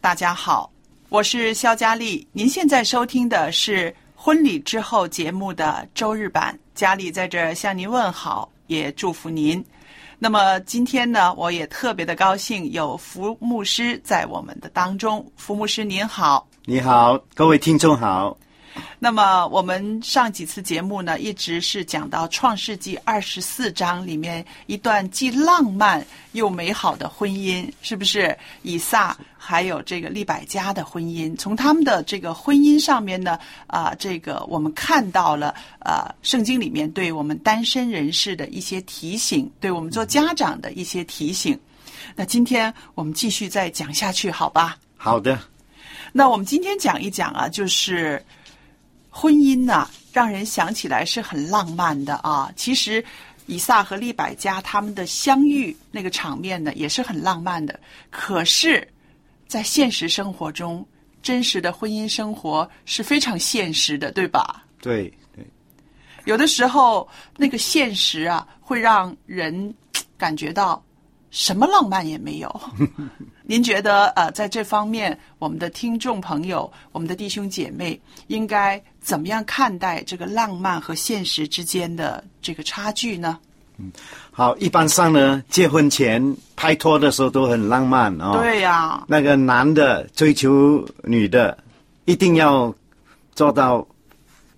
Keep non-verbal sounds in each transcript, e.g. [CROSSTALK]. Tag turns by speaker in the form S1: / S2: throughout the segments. S1: 大家好，我是肖佳丽。您现在收听的是《婚礼之后》节目的周日版，佳丽在这儿向您问好，也祝福您。那么今天呢，我也特别的高兴有福牧师在我们的当中。福牧师您好，
S2: 你好，各位听众好。
S1: 那么我们上几次节目呢，一直是讲到《创世纪》二十四章里面一段既浪漫又美好的婚姻，是不是？以撒还有这个利百加的婚姻，从他们的这个婚姻上面呢，啊、这个我们看到了，呃，圣经里面对我们单身人士的一些提醒，对我们做家长的一些提醒。那今天我们继续再讲下去，好吧？
S2: 好的，
S1: 那我们今天讲一讲啊，就是婚姻呐、让人想起来是很浪漫的啊。其实，以撒和利百加他们的相遇那个场面呢，也是很浪漫的。可是，在现实生活中，真实的婚姻生活是非常现实的，对吧？
S2: 对对，
S1: 有的时候，那个现实啊，会让人感觉到什么浪漫也没
S2: [LAUGHS]
S1: 有。您觉得呃，在这方面，我们的听众朋友、我们的弟兄姐妹应该怎么样看待这个浪漫和现实之间的这个差距呢？
S2: 好。一般上呢，结婚前拍拖的时候都很浪漫哦。，
S1: 对呀、
S2: 那个男的追求女的，一定要做到，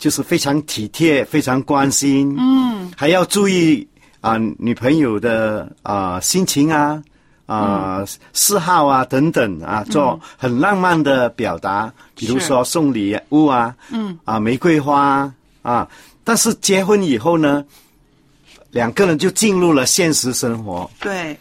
S2: 就是非常体贴，非常关心。嗯，还要注意啊、女朋友的啊、心情啊。啊、嗜好啊等等啊，做很浪漫的表达，比如
S1: 是
S2: 说送礼物啊，嗯，啊玫瑰花啊啊，但是结婚以后呢，两个人就进入了现实生活，
S1: 对，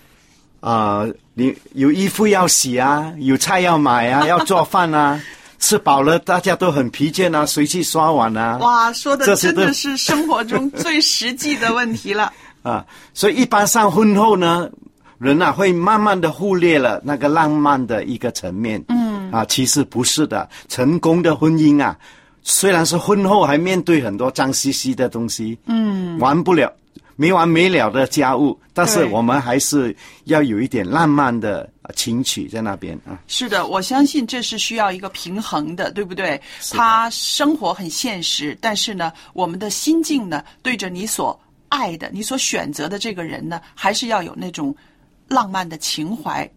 S2: 啊、你有衣服要洗啊，有菜要买啊，要做饭啊，吃饱了大家都很疲倦啊，谁去刷碗啊？
S1: 哇，说的
S2: 这
S1: 真
S2: 是
S1: 的
S2: 对
S1: 是生活中最实际的问题了。
S2: 啊，所以一般上婚后呢，人啊会慢慢的忽略了那个浪漫的一个层面。嗯，啊，其实不是的，成功的婚姻啊，虽然是婚后还面对很多脏兮兮的东西，嗯，完不了。没完没了的家务，但是
S1: 对
S2: 我们还是要有一点浪漫的呃情趣在那边啊。
S1: 是的，我相信这是需要一个平衡的，对不对？他生活很现实，但是呢，我们的心境呢，对着你所爱的、你所选择的这个人呢，还是要有那种浪漫的情怀，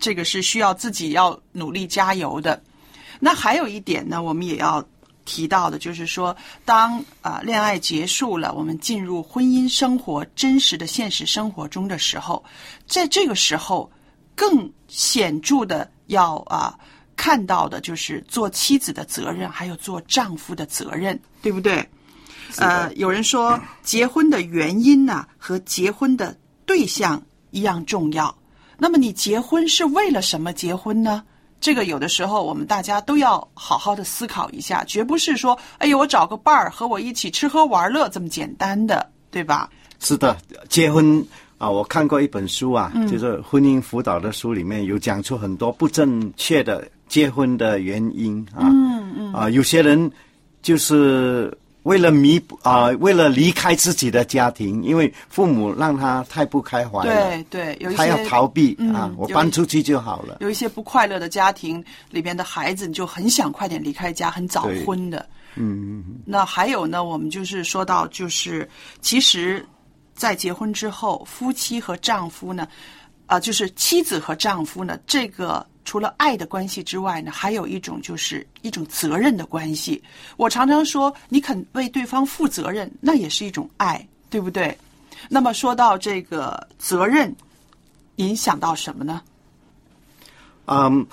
S1: 这个是需要自己要努力加油的。那还有一点呢，我们也要提到的，就是说，当啊、呃恋爱结束了，我们进入婚姻生活、真实的现实生活中的时候，在这个时候，更显著的要啊、看到的就是做妻子的责任，还有做丈夫的责任，对不对？呃，有人说，结婚的原因呢、和结婚的对象一样重要。那么你结婚是为了什么结婚呢？这个有的时候我们大家都要好好的思考一下，绝不是说，哎呦，我找个伴儿和我一起吃喝玩乐这么简单的，对吧？
S2: 是的，结婚啊，我看过一本书啊，
S1: 嗯
S2: 就是婚姻辅导的书，里面有讲出很多不正确的结婚的原因啊。嗯嗯。啊，有些人就是为了弥补啊、为了离开自己的家庭，因为父母让他太不开怀了
S1: 对，对，有一
S2: 哎他
S1: 些
S2: 要逃避、啊
S1: 嗯，
S2: 我
S1: 有
S2: 搬
S1: 一
S2: 出去就好了。
S1: 有一些不快乐的家庭里边的孩子，你就很想快点离开家，很早
S2: 对
S1: 婚的。嗯，那还有呢，我们就是说到，就是其实，在结婚之后，夫妻和丈夫呢，啊、就是妻子和丈夫呢，这个除了爱的关系之外呢，还有一种就是一种责任的关系。我常常说，你肯为对方负责任，那也是一种爱，对不对？那么说到这个责任，您想到什么呢？
S2: 嗯，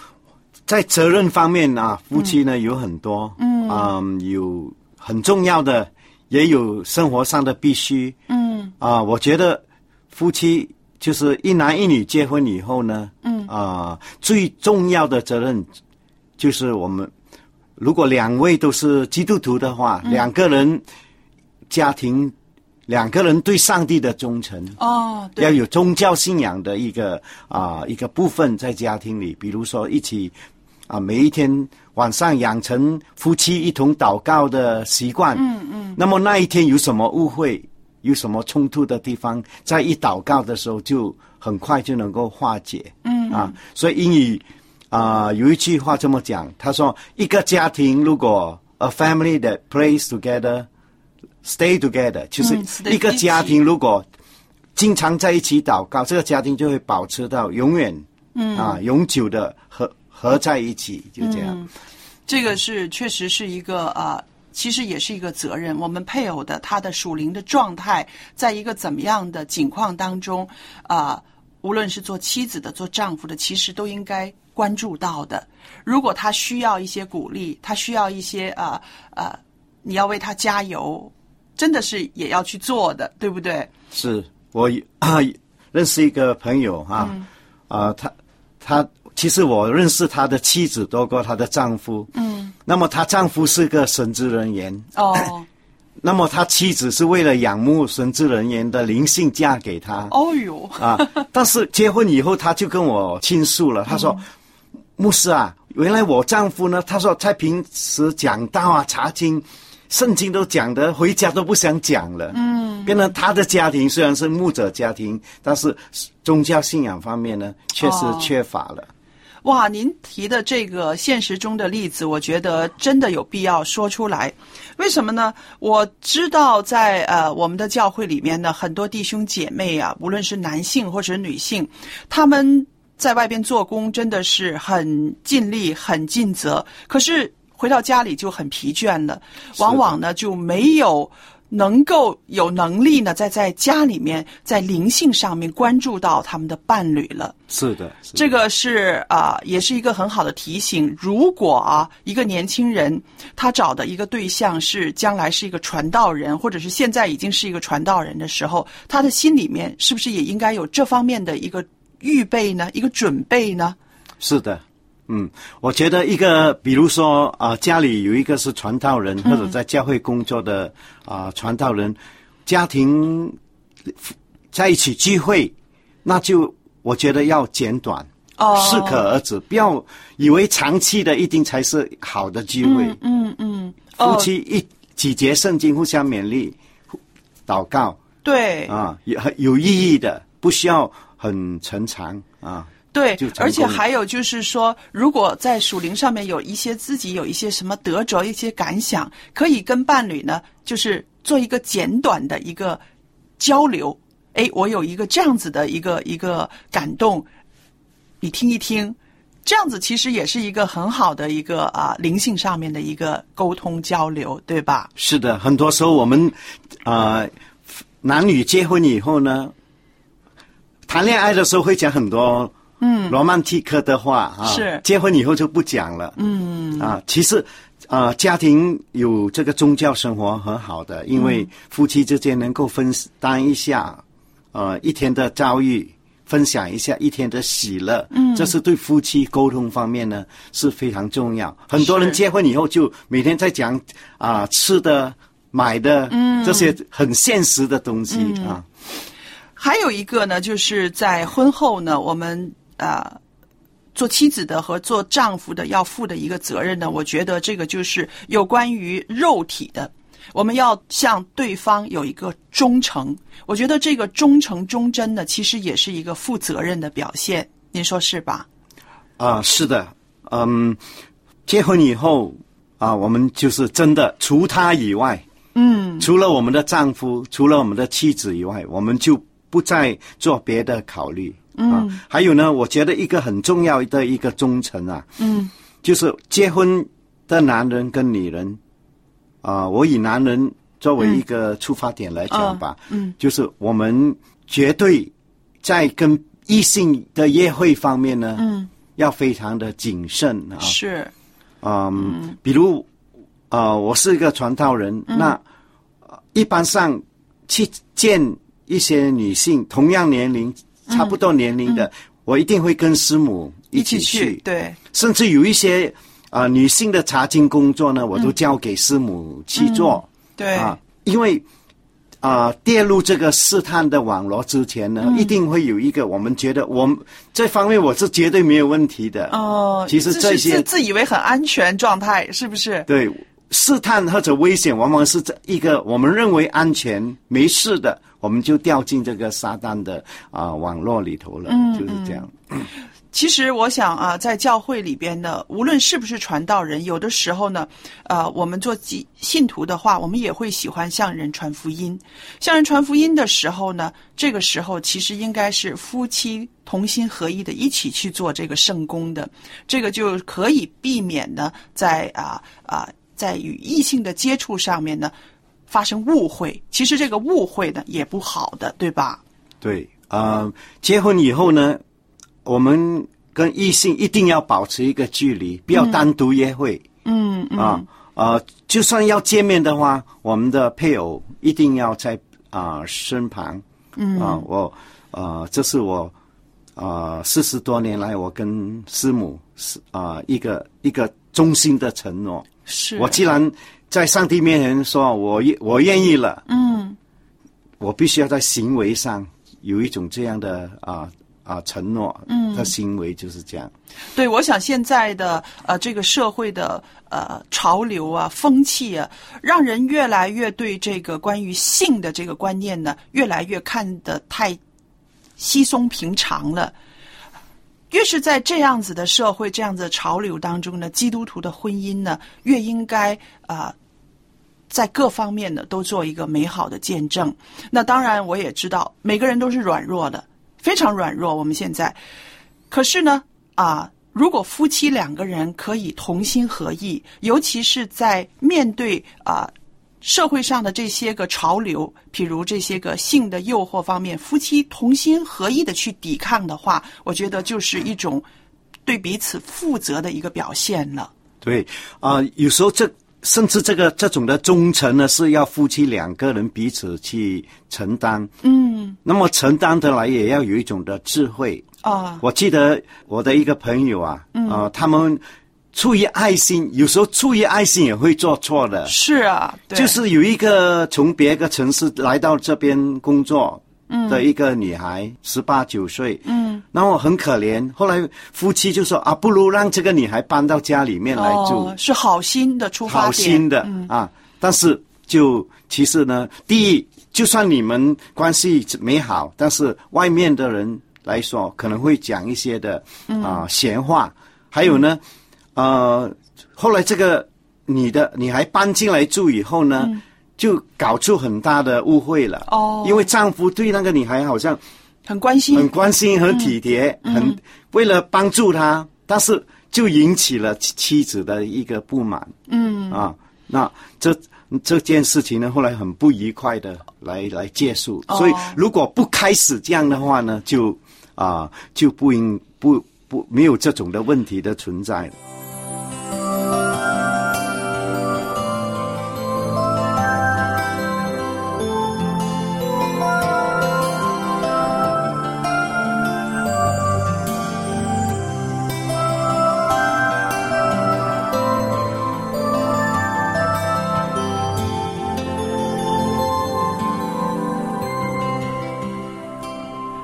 S2: 在责任方面啊，夫妻呢有很多，嗯，有很重要的，也有生活上的必须，嗯，啊，我觉得夫妻就是一男一女结婚以后呢，嗯，啊，最重要的责任就是我们如果两位都是基督徒的话，两个人家庭，两个人对上帝的忠诚，
S1: 哦，对
S2: 要有宗教信仰的一个啊、一个部分在家庭里，比如说一起啊、每一天晚上养成夫妻一同祷告的习惯。嗯嗯。那么那一天有什么误会，有什么冲突的地方，在一祷告的时候就很快就能够化解。嗯啊，所以英语啊、有一句话这么讲，他说一个家庭如果 a family that prays together。Stay together，就是
S1: 嗯，stay
S2: 一个家
S1: 一
S2: 庭如果经常在一起祷告，这个家庭就会保持到永远，嗯啊，永久的合合在一起，就这样。
S1: 这个是确实是一个啊。其实也是一个责任。我们配偶的他的属灵的状态，在一个怎么样的境况当中，啊、无论是做妻子的、做丈夫的，其实都应该关注到的。如果他需要一些鼓励，他需要一些啊啊、呃你要为他加油，真的是也要去做的，对不对？
S2: 是我啊 [COUGHS] 认识一个朋友啊，啊、他他其实我认识他的妻子多过他的丈夫，嗯，那么她丈夫是个神职人员，
S1: 哦
S2: 那么他妻子是为了仰慕神职人员的灵性嫁给他，
S1: 哦哟，
S2: 啊，但是结婚以后，他就跟我倾诉了，他说：“
S1: 嗯
S2: 牧师啊，原来我丈夫呢，他说在平时讲道啊、查经、圣经都讲的，回家都不想讲了。嗯，变成他的家庭虽然是牧者家庭，但是宗教信仰方面呢，确实
S1: 哦
S2: 缺乏了。
S1: 哇，您提的这个现实中的例子，我觉得真的有必要说出来。为什么呢？我知道在呃我们的教会里面呢，很多弟兄姐妹啊，无论是男性或者女性，他们在外边做工真的是很尽力、很尽责，可是回到家里就很疲倦了，往往呢就没有。能够有能力呢，在在家里面，在灵性上面关注到他们的伴侣了。
S2: 是的，是的
S1: 这个是啊、也是一个很好的提醒。如果啊，一个年轻人他找的一个对象是将来是一个传道人，或者是现在已经是一个传道人的时候，他的心里面是不是也应该有这方面的一个预备呢？一个准备呢？
S2: 是的，嗯，我觉得一个，比如说啊、家里有一个是传道人，或者在教会工作的啊、传道人，家庭在一起聚会，那就我觉得要简短。
S1: 哦
S2: 适可而止，不要以为长期的一定才是好的聚会。嗯
S1: 哦
S2: 夫妻一几节圣经，互相勉励，互祷告
S1: 对，
S2: 啊，有有意义的，不需要很冗长啊。
S1: 对
S2: 就，成
S1: 而且
S2: 功了
S1: 还有就是说，如果在属灵上面有一些自己有一些什么得着、一些感想，可以跟伴侣呢，就是做一个简短的一个交流。哎，我有一个这样子的一个一个感动，你听一听，这样子其实也是一个很好的一个啊灵性上面的一个沟通交流，对吧？
S2: 是的，很多时候我们，呃，男女结婚以后呢，谈恋爱的时候会讲很多嗯罗曼蒂克的话啊，
S1: 是
S2: 结婚以后就不讲了，嗯啊，其实啊、呃家庭有这个宗教生活很好的，因为夫妻之间能够分担一下，呃一天的遭遇。分享一下一天的喜乐，嗯，这是对夫妻沟通方面呢是非常重要。很多人
S1: 是
S2: 结婚以后就每天在讲啊、吃的、买的，嗯，这些很现实的东西、啊。
S1: 还有一个呢，就是在婚后呢，我们啊、呃做妻子的和做丈夫的要负的一个责任呢，我觉得这个就是有关于肉体的。我们要向对方有一个忠诚，我觉得这个忠诚忠贞呢，其实也是一个负责任的表现，您说是吧？
S2: 啊，是的，嗯，结婚以后啊，我们就是真的除他以外，嗯，除了我们的丈夫，除了我们的妻子以外，我们就不再做别的考虑。嗯，还有呢，我觉得一个很重要的一个忠诚啊，
S1: 嗯，
S2: 就是结婚的男人跟女人，啊，我以男人作为一个出发点来讲吧，
S1: 嗯嗯
S2: 就是我们绝对在跟异性的约会方面呢，
S1: 嗯，
S2: 要非常的谨慎啊，
S1: 是，
S2: 嗯，比如，啊，我是一个传道人，
S1: 嗯
S2: 那呃一般上去见一些女性同样年龄、差不多年龄的，我一定会跟师母
S1: 嗯一
S2: 起
S1: 起去，对，
S2: 甚至有一些啊、呃女性的查经工作呢，
S1: 嗯
S2: 我都交给师母去做、
S1: 对，
S2: 啊，因为。啊、跌入这个试探的网络之前呢，一定会有一个我们觉得我们这方面我是绝对没有问题的。
S1: 哦，
S2: 其实
S1: 是
S2: 这些
S1: 自自以为很安全状态，是不是？
S2: 对，试探或者危险，往往是这一个我们认为安全没事的，我们就掉进这个撒旦的啊、网络里头了，就是这样。
S1: 其实我想啊，在教会里边呢，无论是不是传道人，有的时候呢，呃，我们做基信徒的话，我们也会喜欢向人传福音。向人传福音的时候呢，这个时候其实应该是夫妻同心合意的，一起去做这个圣功的，这个就可以避免呢，在啊啊、在与异性的接触上面呢发生误会。其实这个误会呢也不好的，对吧？
S2: 对，啊，结婚以后呢，我们跟异性一定要保持一个距离，不要单独约会。嗯啊啊、就算要见面的话，我们的配偶一定要在啊、身旁。嗯啊，我啊、这是我啊四十多年来我跟师母是啊、一个一个衷心的承诺。
S1: 是
S2: 我既然在上帝面前说我愿我愿意了，嗯，我必须要在行为上有一种这样的啊啊、承诺，嗯，的行为就是这样。
S1: 对，我想现在的呃这个社会的呃潮流啊风气啊，让人越来越对这个关于性的这个观念呢，越来越看得太稀松平常了。越是在这样子的社会、这样子的潮流当中呢，基督徒的婚姻呢，越应该啊、呃在各方面呢都做一个美好的见证。那当然，我也知道每个人都是软弱的，非常软弱。我们现在，可是呢，啊，如果夫妻两个人可以同心合意，尤其是在面对啊社会上的这些个潮流，譬如这些个性的诱惑方面，夫妻同心合意的去抵抗的话，我觉得就是一种对彼此负责的一个表现了。
S2: 对啊、有时候这甚至这个这种的忠诚呢，是要夫妻两个人彼此去承担。嗯，那么承担的来也要有一种的智慧。
S1: 啊，
S2: 我记得我的一个朋友啊，啊、他们出于爱心，有时候出于爱心也会做错的。
S1: 是啊，对
S2: 就是有一个从别个城市来到这边工作
S1: 嗯
S2: 的一个女孩，十八九岁，嗯，然后很可怜。后来夫妻就说啊，不如让这个女孩搬到家里面来住，
S1: 哦，是好心的出发点，嗯
S2: 好心的、啊。但是就其实呢，第一，就算你们关系美好，但是外面的人来说可能会讲一些的
S1: 嗯
S2: 啊、闲话，还有呢，呃，后来这个女的女孩搬进来住以后呢，就搞出很大的误会了。
S1: 嗯哦
S2: 因为丈夫对那个女孩好像
S1: 很关心，
S2: 很关心、很体贴，很为了帮助他，但是就引起了妻妻子的一个不满。嗯啊，那这这件事情呢，后来很不愉快的来来结束。所以如果不开始这样的话呢，就啊、就不应不不没有这种的问题的存在了。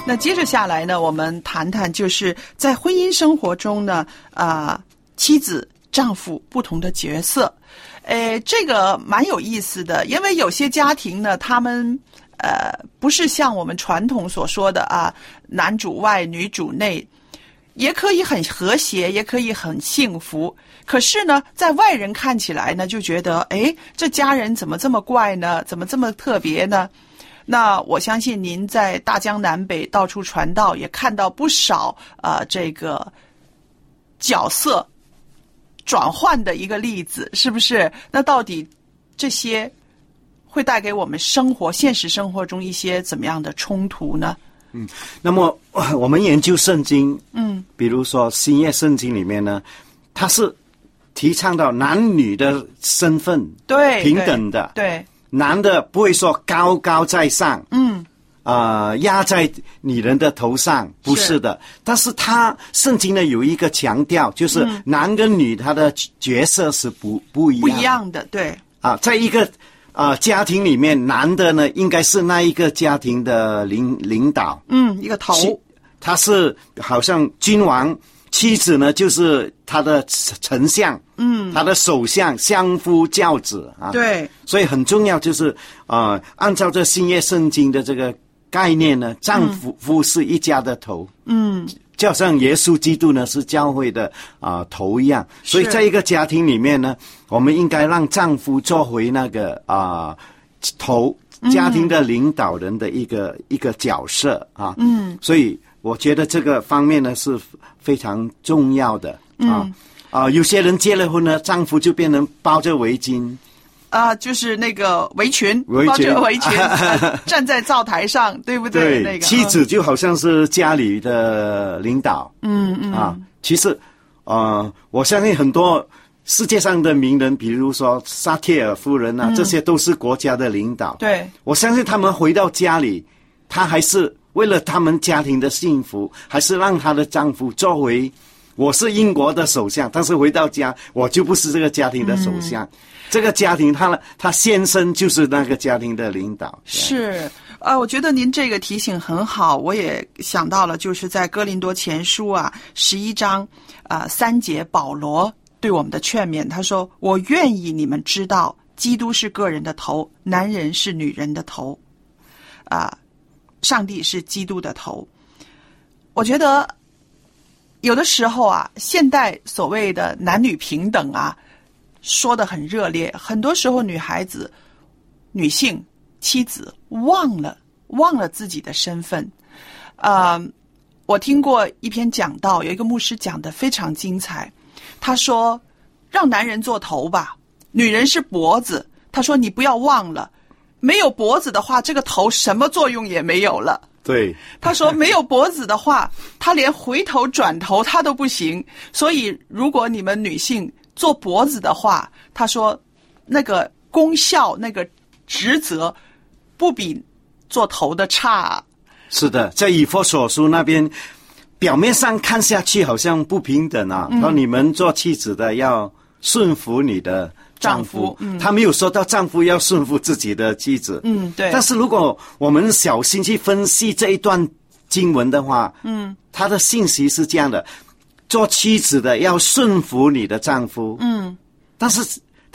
S1: 那接着下来呢，我们谈谈就是在婚姻生活中呢，啊、妻子、丈夫不同的角色，呃，这个蛮有意思的，因为有些家庭呢，他们。呃，不是像我们传统所说的啊，男主外女主内，也可以很和谐，也可以很幸福。可是呢，在外人看起来呢，就觉得，哎，这家人怎么这么怪呢？怎么这么特别呢？那我相信您在大江南北到处传道，也看到不少啊、呃这个角色转换的一个例子，是不是？那到底这些会带给我们生活、现实生活中一些怎么样的冲突呢？
S2: 那么 [COUGHS] 我们研究圣经，嗯，比如说新约圣经里面呢，它是提倡到男女的身份
S1: 对，
S2: 平等的，
S1: 对，
S2: 男的不会说高高在上，嗯，啊压在女人的头上，不
S1: 是嗯
S2: 是的。但是他圣经呢有一个强调，就是男跟女他的角色是不不一
S1: 对不
S2: 样的
S1: 一样的，对，
S2: 啊，在一个啊、家庭里面，男的呢应该是那一个家庭的领领导，
S1: 嗯，一个头，
S2: 妻他是好像君王，妻子呢就是他的丞丞相，嗯，他的首相，相夫教子啊，，
S1: 对，
S2: 所以很重要就是啊、呃按照这新约圣经的这个概念呢，丈夫夫是一家的头，嗯，就好像耶稣基督呢是教会的啊、呃头一样，所以
S1: 是
S2: 在一个家庭里面呢，我们应该让丈夫做回那个啊、头。家庭的领导人的一个、一个角色啊，嗯，所以我觉得这个方面呢是非常重要的啊、啊，有些人结了婚呢，丈夫就变成包着围巾，
S1: 啊、就是那个围裙，
S2: 围裙
S1: 包着
S2: [LAUGHS]
S1: 围裙、呃站在灶台上，对不对？那个
S2: 妻
S1: 嗯
S2: 子就好像是家里的领导。嗯嗯啊，其实，呃，我相信很多世界上的名人，比如说撒切尔夫人啊，这些都是国家的领导。，
S1: 嗯对，
S2: 我相信他们回到家里，她还是为了他们家庭的幸福，还是让她的丈夫作为。我是英国的首相，但是回到家，我就不是这个家庭的首
S1: 嗯
S2: 相。这个家庭，他他先生就是那个家庭的领导。
S1: 是，呃，我觉得您这个提醒很好，我也想到了，就是在哥林多前书啊十一章啊、呃三节，保罗对我们的劝勉，他说：“我愿意你们知道，基督是个人的头，男人是女人的头，啊、上帝是基督的头。”我觉得有的时候啊，现代所谓的男女平等啊，说的很热烈，很多时候女孩子女性妻子忘了忘了自己的身份。呃，我听过一篇讲道，有一个牧师讲的非常精彩。他说：“让男人做头吧，女人是脖子。”他说：“你不要忘了，没有脖子的话，这个头什么作用也没有了。”
S2: 对，
S1: [LAUGHS] 他说没有脖子的话，他连回头转头他都不行。所以，如果你们女性做脖子的话，他说那个功效、那个职责不比做头的差啊。
S2: 是的，在以佛所书那边，表面上看下去好像不平等啊。然后你们做妻子的要顺服你的丈
S1: 丈
S2: 夫，
S1: 夫嗯
S2: 他没有说到丈夫要顺服自己的妻子。
S1: 嗯对
S2: 但是如果我们小心去分析这一段经文的话，嗯，它的信息是这样的：做妻子的要顺服你的丈夫。嗯，但是。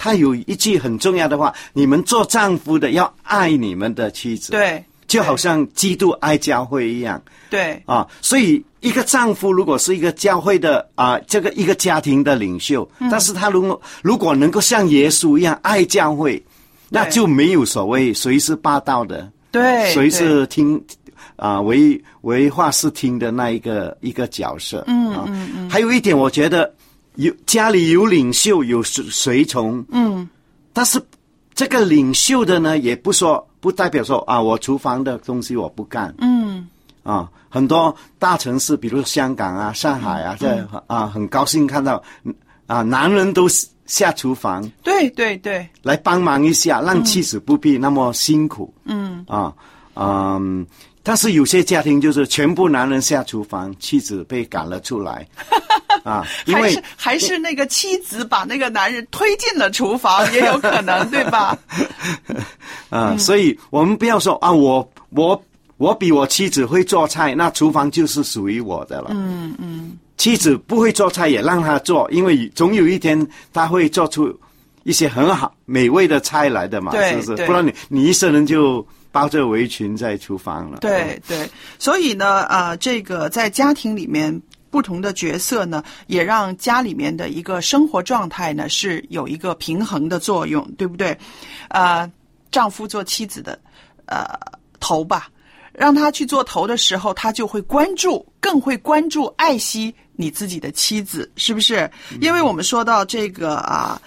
S2: 他有一句很重要的话：你们做丈夫的要爱你们的妻子。
S1: 对
S2: 就好像基督爱教会一样
S1: 对，
S2: 啊。所以，一个丈夫如果是一个教会的啊、这个一个家庭的领袖，但是他如果如果能够像耶稣一样爱教会，那就没有所谓谁是霸道的，
S1: 对
S2: 谁
S1: 对
S2: 是听啊唯唯话是听的那一个一个角色。嗯嗯嗯。还有一点，我觉得有家里有领袖有随随从，嗯，但是这个领袖的呢，也不说不代表说啊，我厨房的东西我不干，嗯，啊，很多大城市，比如香港啊、上海啊，这、啊，很高兴看到嗯啊，男人都下厨房，
S1: 对对对，
S2: 来帮忙一下，
S1: 嗯
S2: 让妻子不必那么辛苦。嗯啊嗯，但是有些家庭就是全部男人下厨房，妻子被赶了出
S1: [LAUGHS]
S2: 来啊，因
S1: 还
S2: 为
S1: 是还是那个妻子把那个男人推进了厨房，也有可能，对吧？
S2: 呃
S1: 嗯
S2: 啊，所以我们不要说啊，我我我比我妻子会做菜，那厨房就是属于我的了。嗯嗯，妻子不会做菜也让她做，因为总有一天她会做出一些很好美味的菜来的嘛，
S1: 对
S2: 是不是？
S1: 对
S2: 不然你你一生人就包着围裙在厨房了。
S1: 对对，所以呢，啊、这个在家庭里面不同的角色呢，也让家里面的一个生活状态呢是有一个平衡的作用，对不对？呃，丈夫做妻子的呃头吧，让他去做头的时候，他就会关注，更会关注、爱惜你自己的妻子，是不是？因为我们说到这个啊。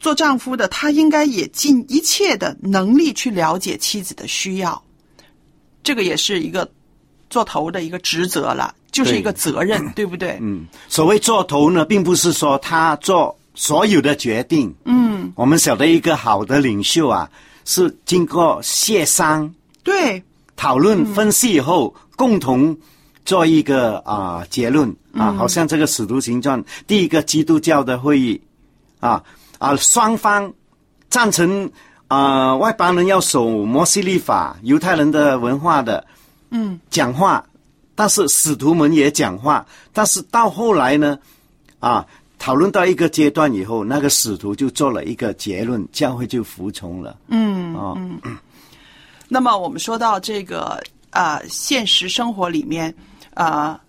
S1: 做丈夫的，他应该也尽一切的能力去了解妻子的需要，这个也是一个做头的一个职责了，就是一个责任，对不对？
S2: 嗯，所谓做头呢，并不是说他做所有的决定。嗯，我们晓得一个好的领袖啊，是经过协商、
S1: 对
S2: 讨论、分析以后，共同做一个啊、结论啊，好像这个《使徒行传》第一个基督教的会议啊啊，双方赞成啊、外邦人要守摩西律法、犹太人的文化的，嗯，讲话，但是使徒们也讲话，但是到后来呢，啊。讨论到一个阶段以后，那个使徒就做了一个结论，教会就服从了。嗯，哦，
S1: 那么我们说到这个啊、呃现实生活里面啊、呃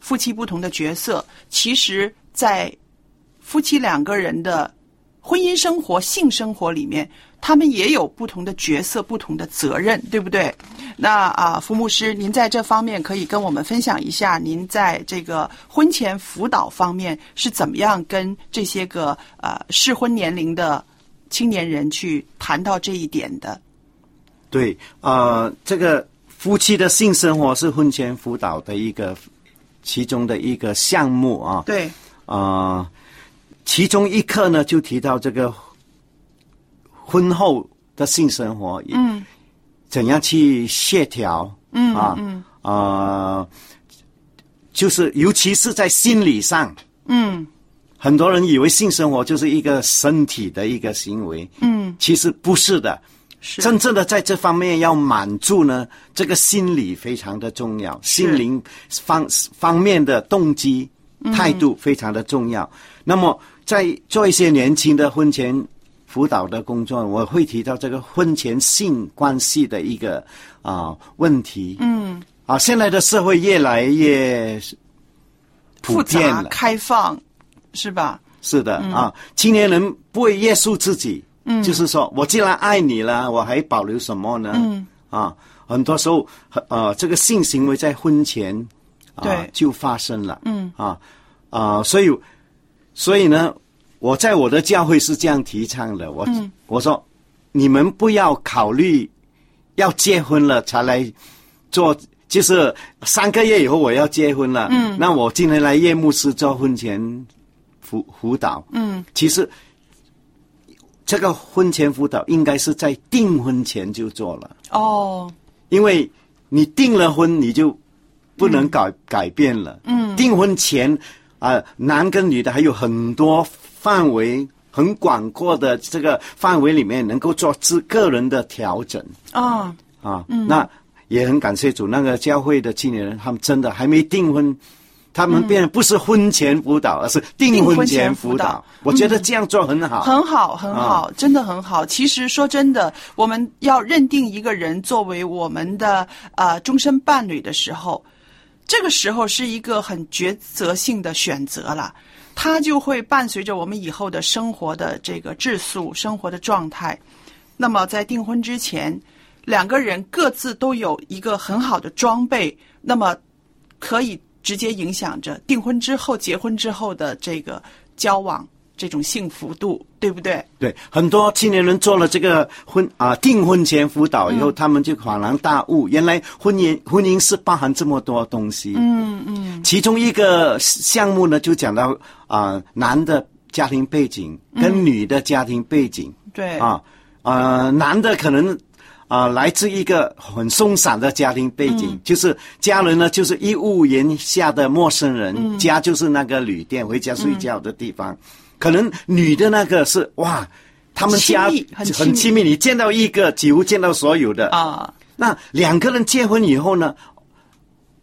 S1: 夫妻不同的角色，其实，在夫妻两个人的婚姻生活、性生活里面，他们也有不同的角色、不同的责任，对不对？那啊、福牧师，您在这方面可以跟我们分享一下，您在这个婚前辅导方面是怎么样跟这些个呃适婚年龄的青年人去谈到这一点的？
S2: 对，呃，这个夫妻的性生活是婚前辅导的一个其中的一个项目啊。
S1: 对，
S2: 呃，其中一课呢就提到这个婚后的性生活，嗯，怎样去协调，嗯啊，嗯呃，就是尤其是在心理上，
S1: 嗯。
S2: 很多人以为性生活就是一个身体的一个行为，嗯，其实不是的。
S1: 是
S2: 真正的在这方面要满足呢，这个心理非常的重要，心灵方方面的动机、态度非常的重要。那么，在做一些年轻的婚前辅导的工作，我会提到这个婚前性关系的一个啊、问题。嗯，啊，现在的社会越来越普
S1: 复
S2: 遍
S1: 杂
S2: 了，
S1: 开放，是吧？
S2: 是的、啊，青年人不会约束自己，嗯，就是说我既然爱你了，我还保留什么呢？嗯，啊，很多时候，呃，这个性行为在婚前啊
S1: 对
S2: 就发生了，嗯，啊啊，所以所以呢，我在我的教会是这样提倡的，我、我说你们不要考虑要结婚了才来做。就是三个月以后我要结婚了，嗯，那我今天来夜幕师做婚前辅辅导，嗯，其实这个婚前辅导应该是在订婚前就做了，
S1: 哦，
S2: 因为你订了婚，你就不能改、改变了，嗯，订婚前啊、男跟女的还有很多范围。很广阔的这个范围里面，能够做自个人的调整
S1: 啊，
S2: 啊，那也很感谢主。那个教会的青年人，他们真的还没订婚，他们变成不是婚前辅导，而是订
S1: 订婚
S2: 婚前
S1: 前
S2: 辅
S1: 辅
S2: 导。嗯
S1: 导
S2: 我觉得这样做很好，
S1: 很好，很好，真的很好。其实说真的，我们要认定一个人作为我们的呃终身伴侣的时候，这个时候是一个很抉择性的选择了，它就会伴随着我们以后的生活的这个质素、生活的状态。那么在订婚之前，两个人各自都有一个很好的装备，那么可以直接影响着订婚之后、结婚之后的这个交往这种幸福度，对不对？
S2: 对，很多青年人做了这个婚啊、订婚前辅导以后，他们就恍然大悟，原来婚姻婚姻是包含这么多东西。嗯嗯，其中一个项目呢，就讲到啊、男的家庭背景跟女的家庭背景。
S1: 对，
S2: 啊，呃，男的可能啊、来自一个很松散的家庭背
S1: 嗯
S2: 景，就是家人呢就是一屋檐下的陌生人，
S1: 嗯
S2: 家就是那个旅店，回家睡觉的地方。可能女的那个是哇，他们家
S1: 亲密很亲密
S2: 很亲密，你见到一个几乎见到所有的
S1: 啊，
S2: 那两个人结婚以后呢，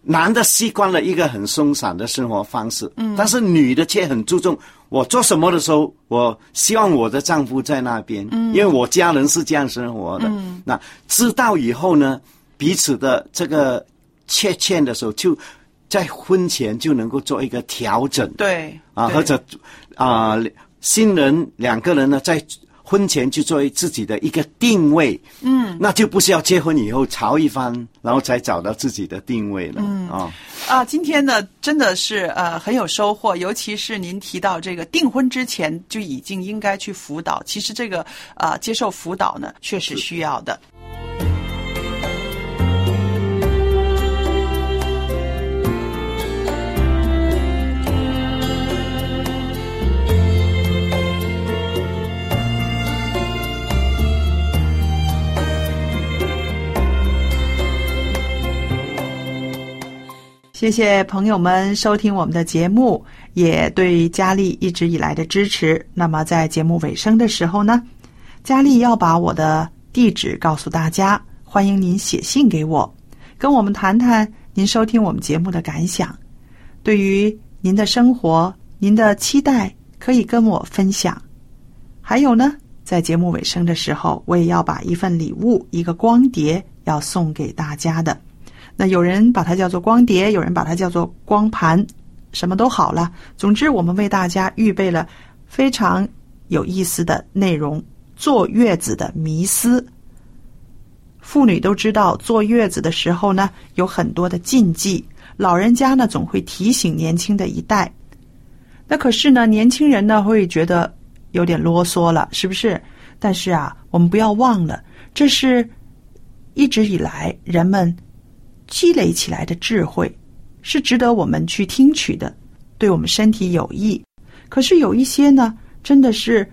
S2: 男的习惯了一个很松散的生活方式，嗯，但是女的却很注重我做什么的时候，我希望我的丈夫在那边，嗯，因为我家人是这样生活的，嗯，那知道以后呢，彼此的这个缺欠的时候，就在婚前就能够做一个调整，
S1: 对
S2: 啊，
S1: 对
S2: 或者啊、新人两个人呢，在婚前去作为自己的一个定位，嗯，那就不需要结婚以后吵一番，然后才找到自己的定位了，嗯啊、
S1: 啊，今天呢，真的是呃很有收获，尤其是您提到这个订婚之前就已经应该去辅导，其实这个呃接受辅导呢，确实需要的。谢谢朋友们收听我们的节目，也对佳丽一直以来的支持。那么在节目尾声的时候呢，佳丽要把我的地址告诉大家，欢迎您写信给我，跟我们谈谈您收听我们节目的感想，对于您的生活、您的期待，可以跟我分享。还有呢，在节目尾声的时候，我也要把一份礼物，一个光碟，要送给大家的。那有人把它叫做光碟，有人把它叫做光盘，什么都好了。总之，我们为大家预备了非常有意思的内容：坐月子的迷思。妇女都知道，坐月子的时候呢，有很多的禁忌，老人家呢总会提醒年轻的一代。那可是呢，年轻人呢会觉得有点啰嗦了，是不是？但是啊，我们不要忘了，这是一直以来人们积累起来的智慧，是值得我们去听取的，对我们身体有益。可是有一些呢，真的是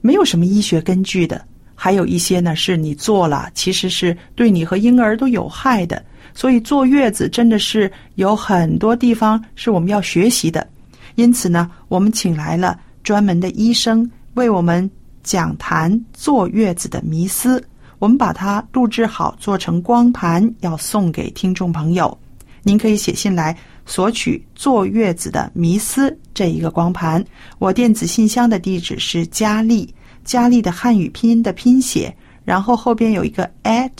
S1: 没有什么医学根据的；还有一些呢，是你做了其实是对你和婴儿都有害的。所以坐月子真的是有很多地方是我们要学习的。因此呢，我们请来了专门的医生为我们讲谈坐月子的迷思。我们把它录制好，做成光盘，要送给听众朋友。您可以写信来索取《坐月子的迷思》这一个光盘。我电子信箱的地址是佳丽，佳丽的汉语拼音的拼写，然后后边有一个 at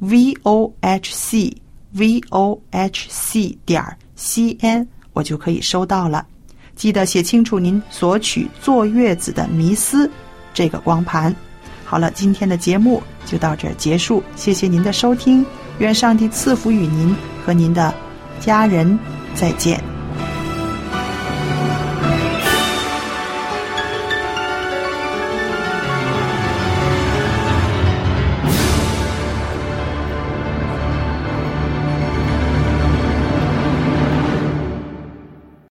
S1: v o h c v o h c 点儿 c n，我就可以收到了。记得写清楚您索取《坐月子的迷思》这个光盘。好了，今天的节目就到这儿结束，谢谢您的收听，愿上帝赐福与您和您的家人，再见。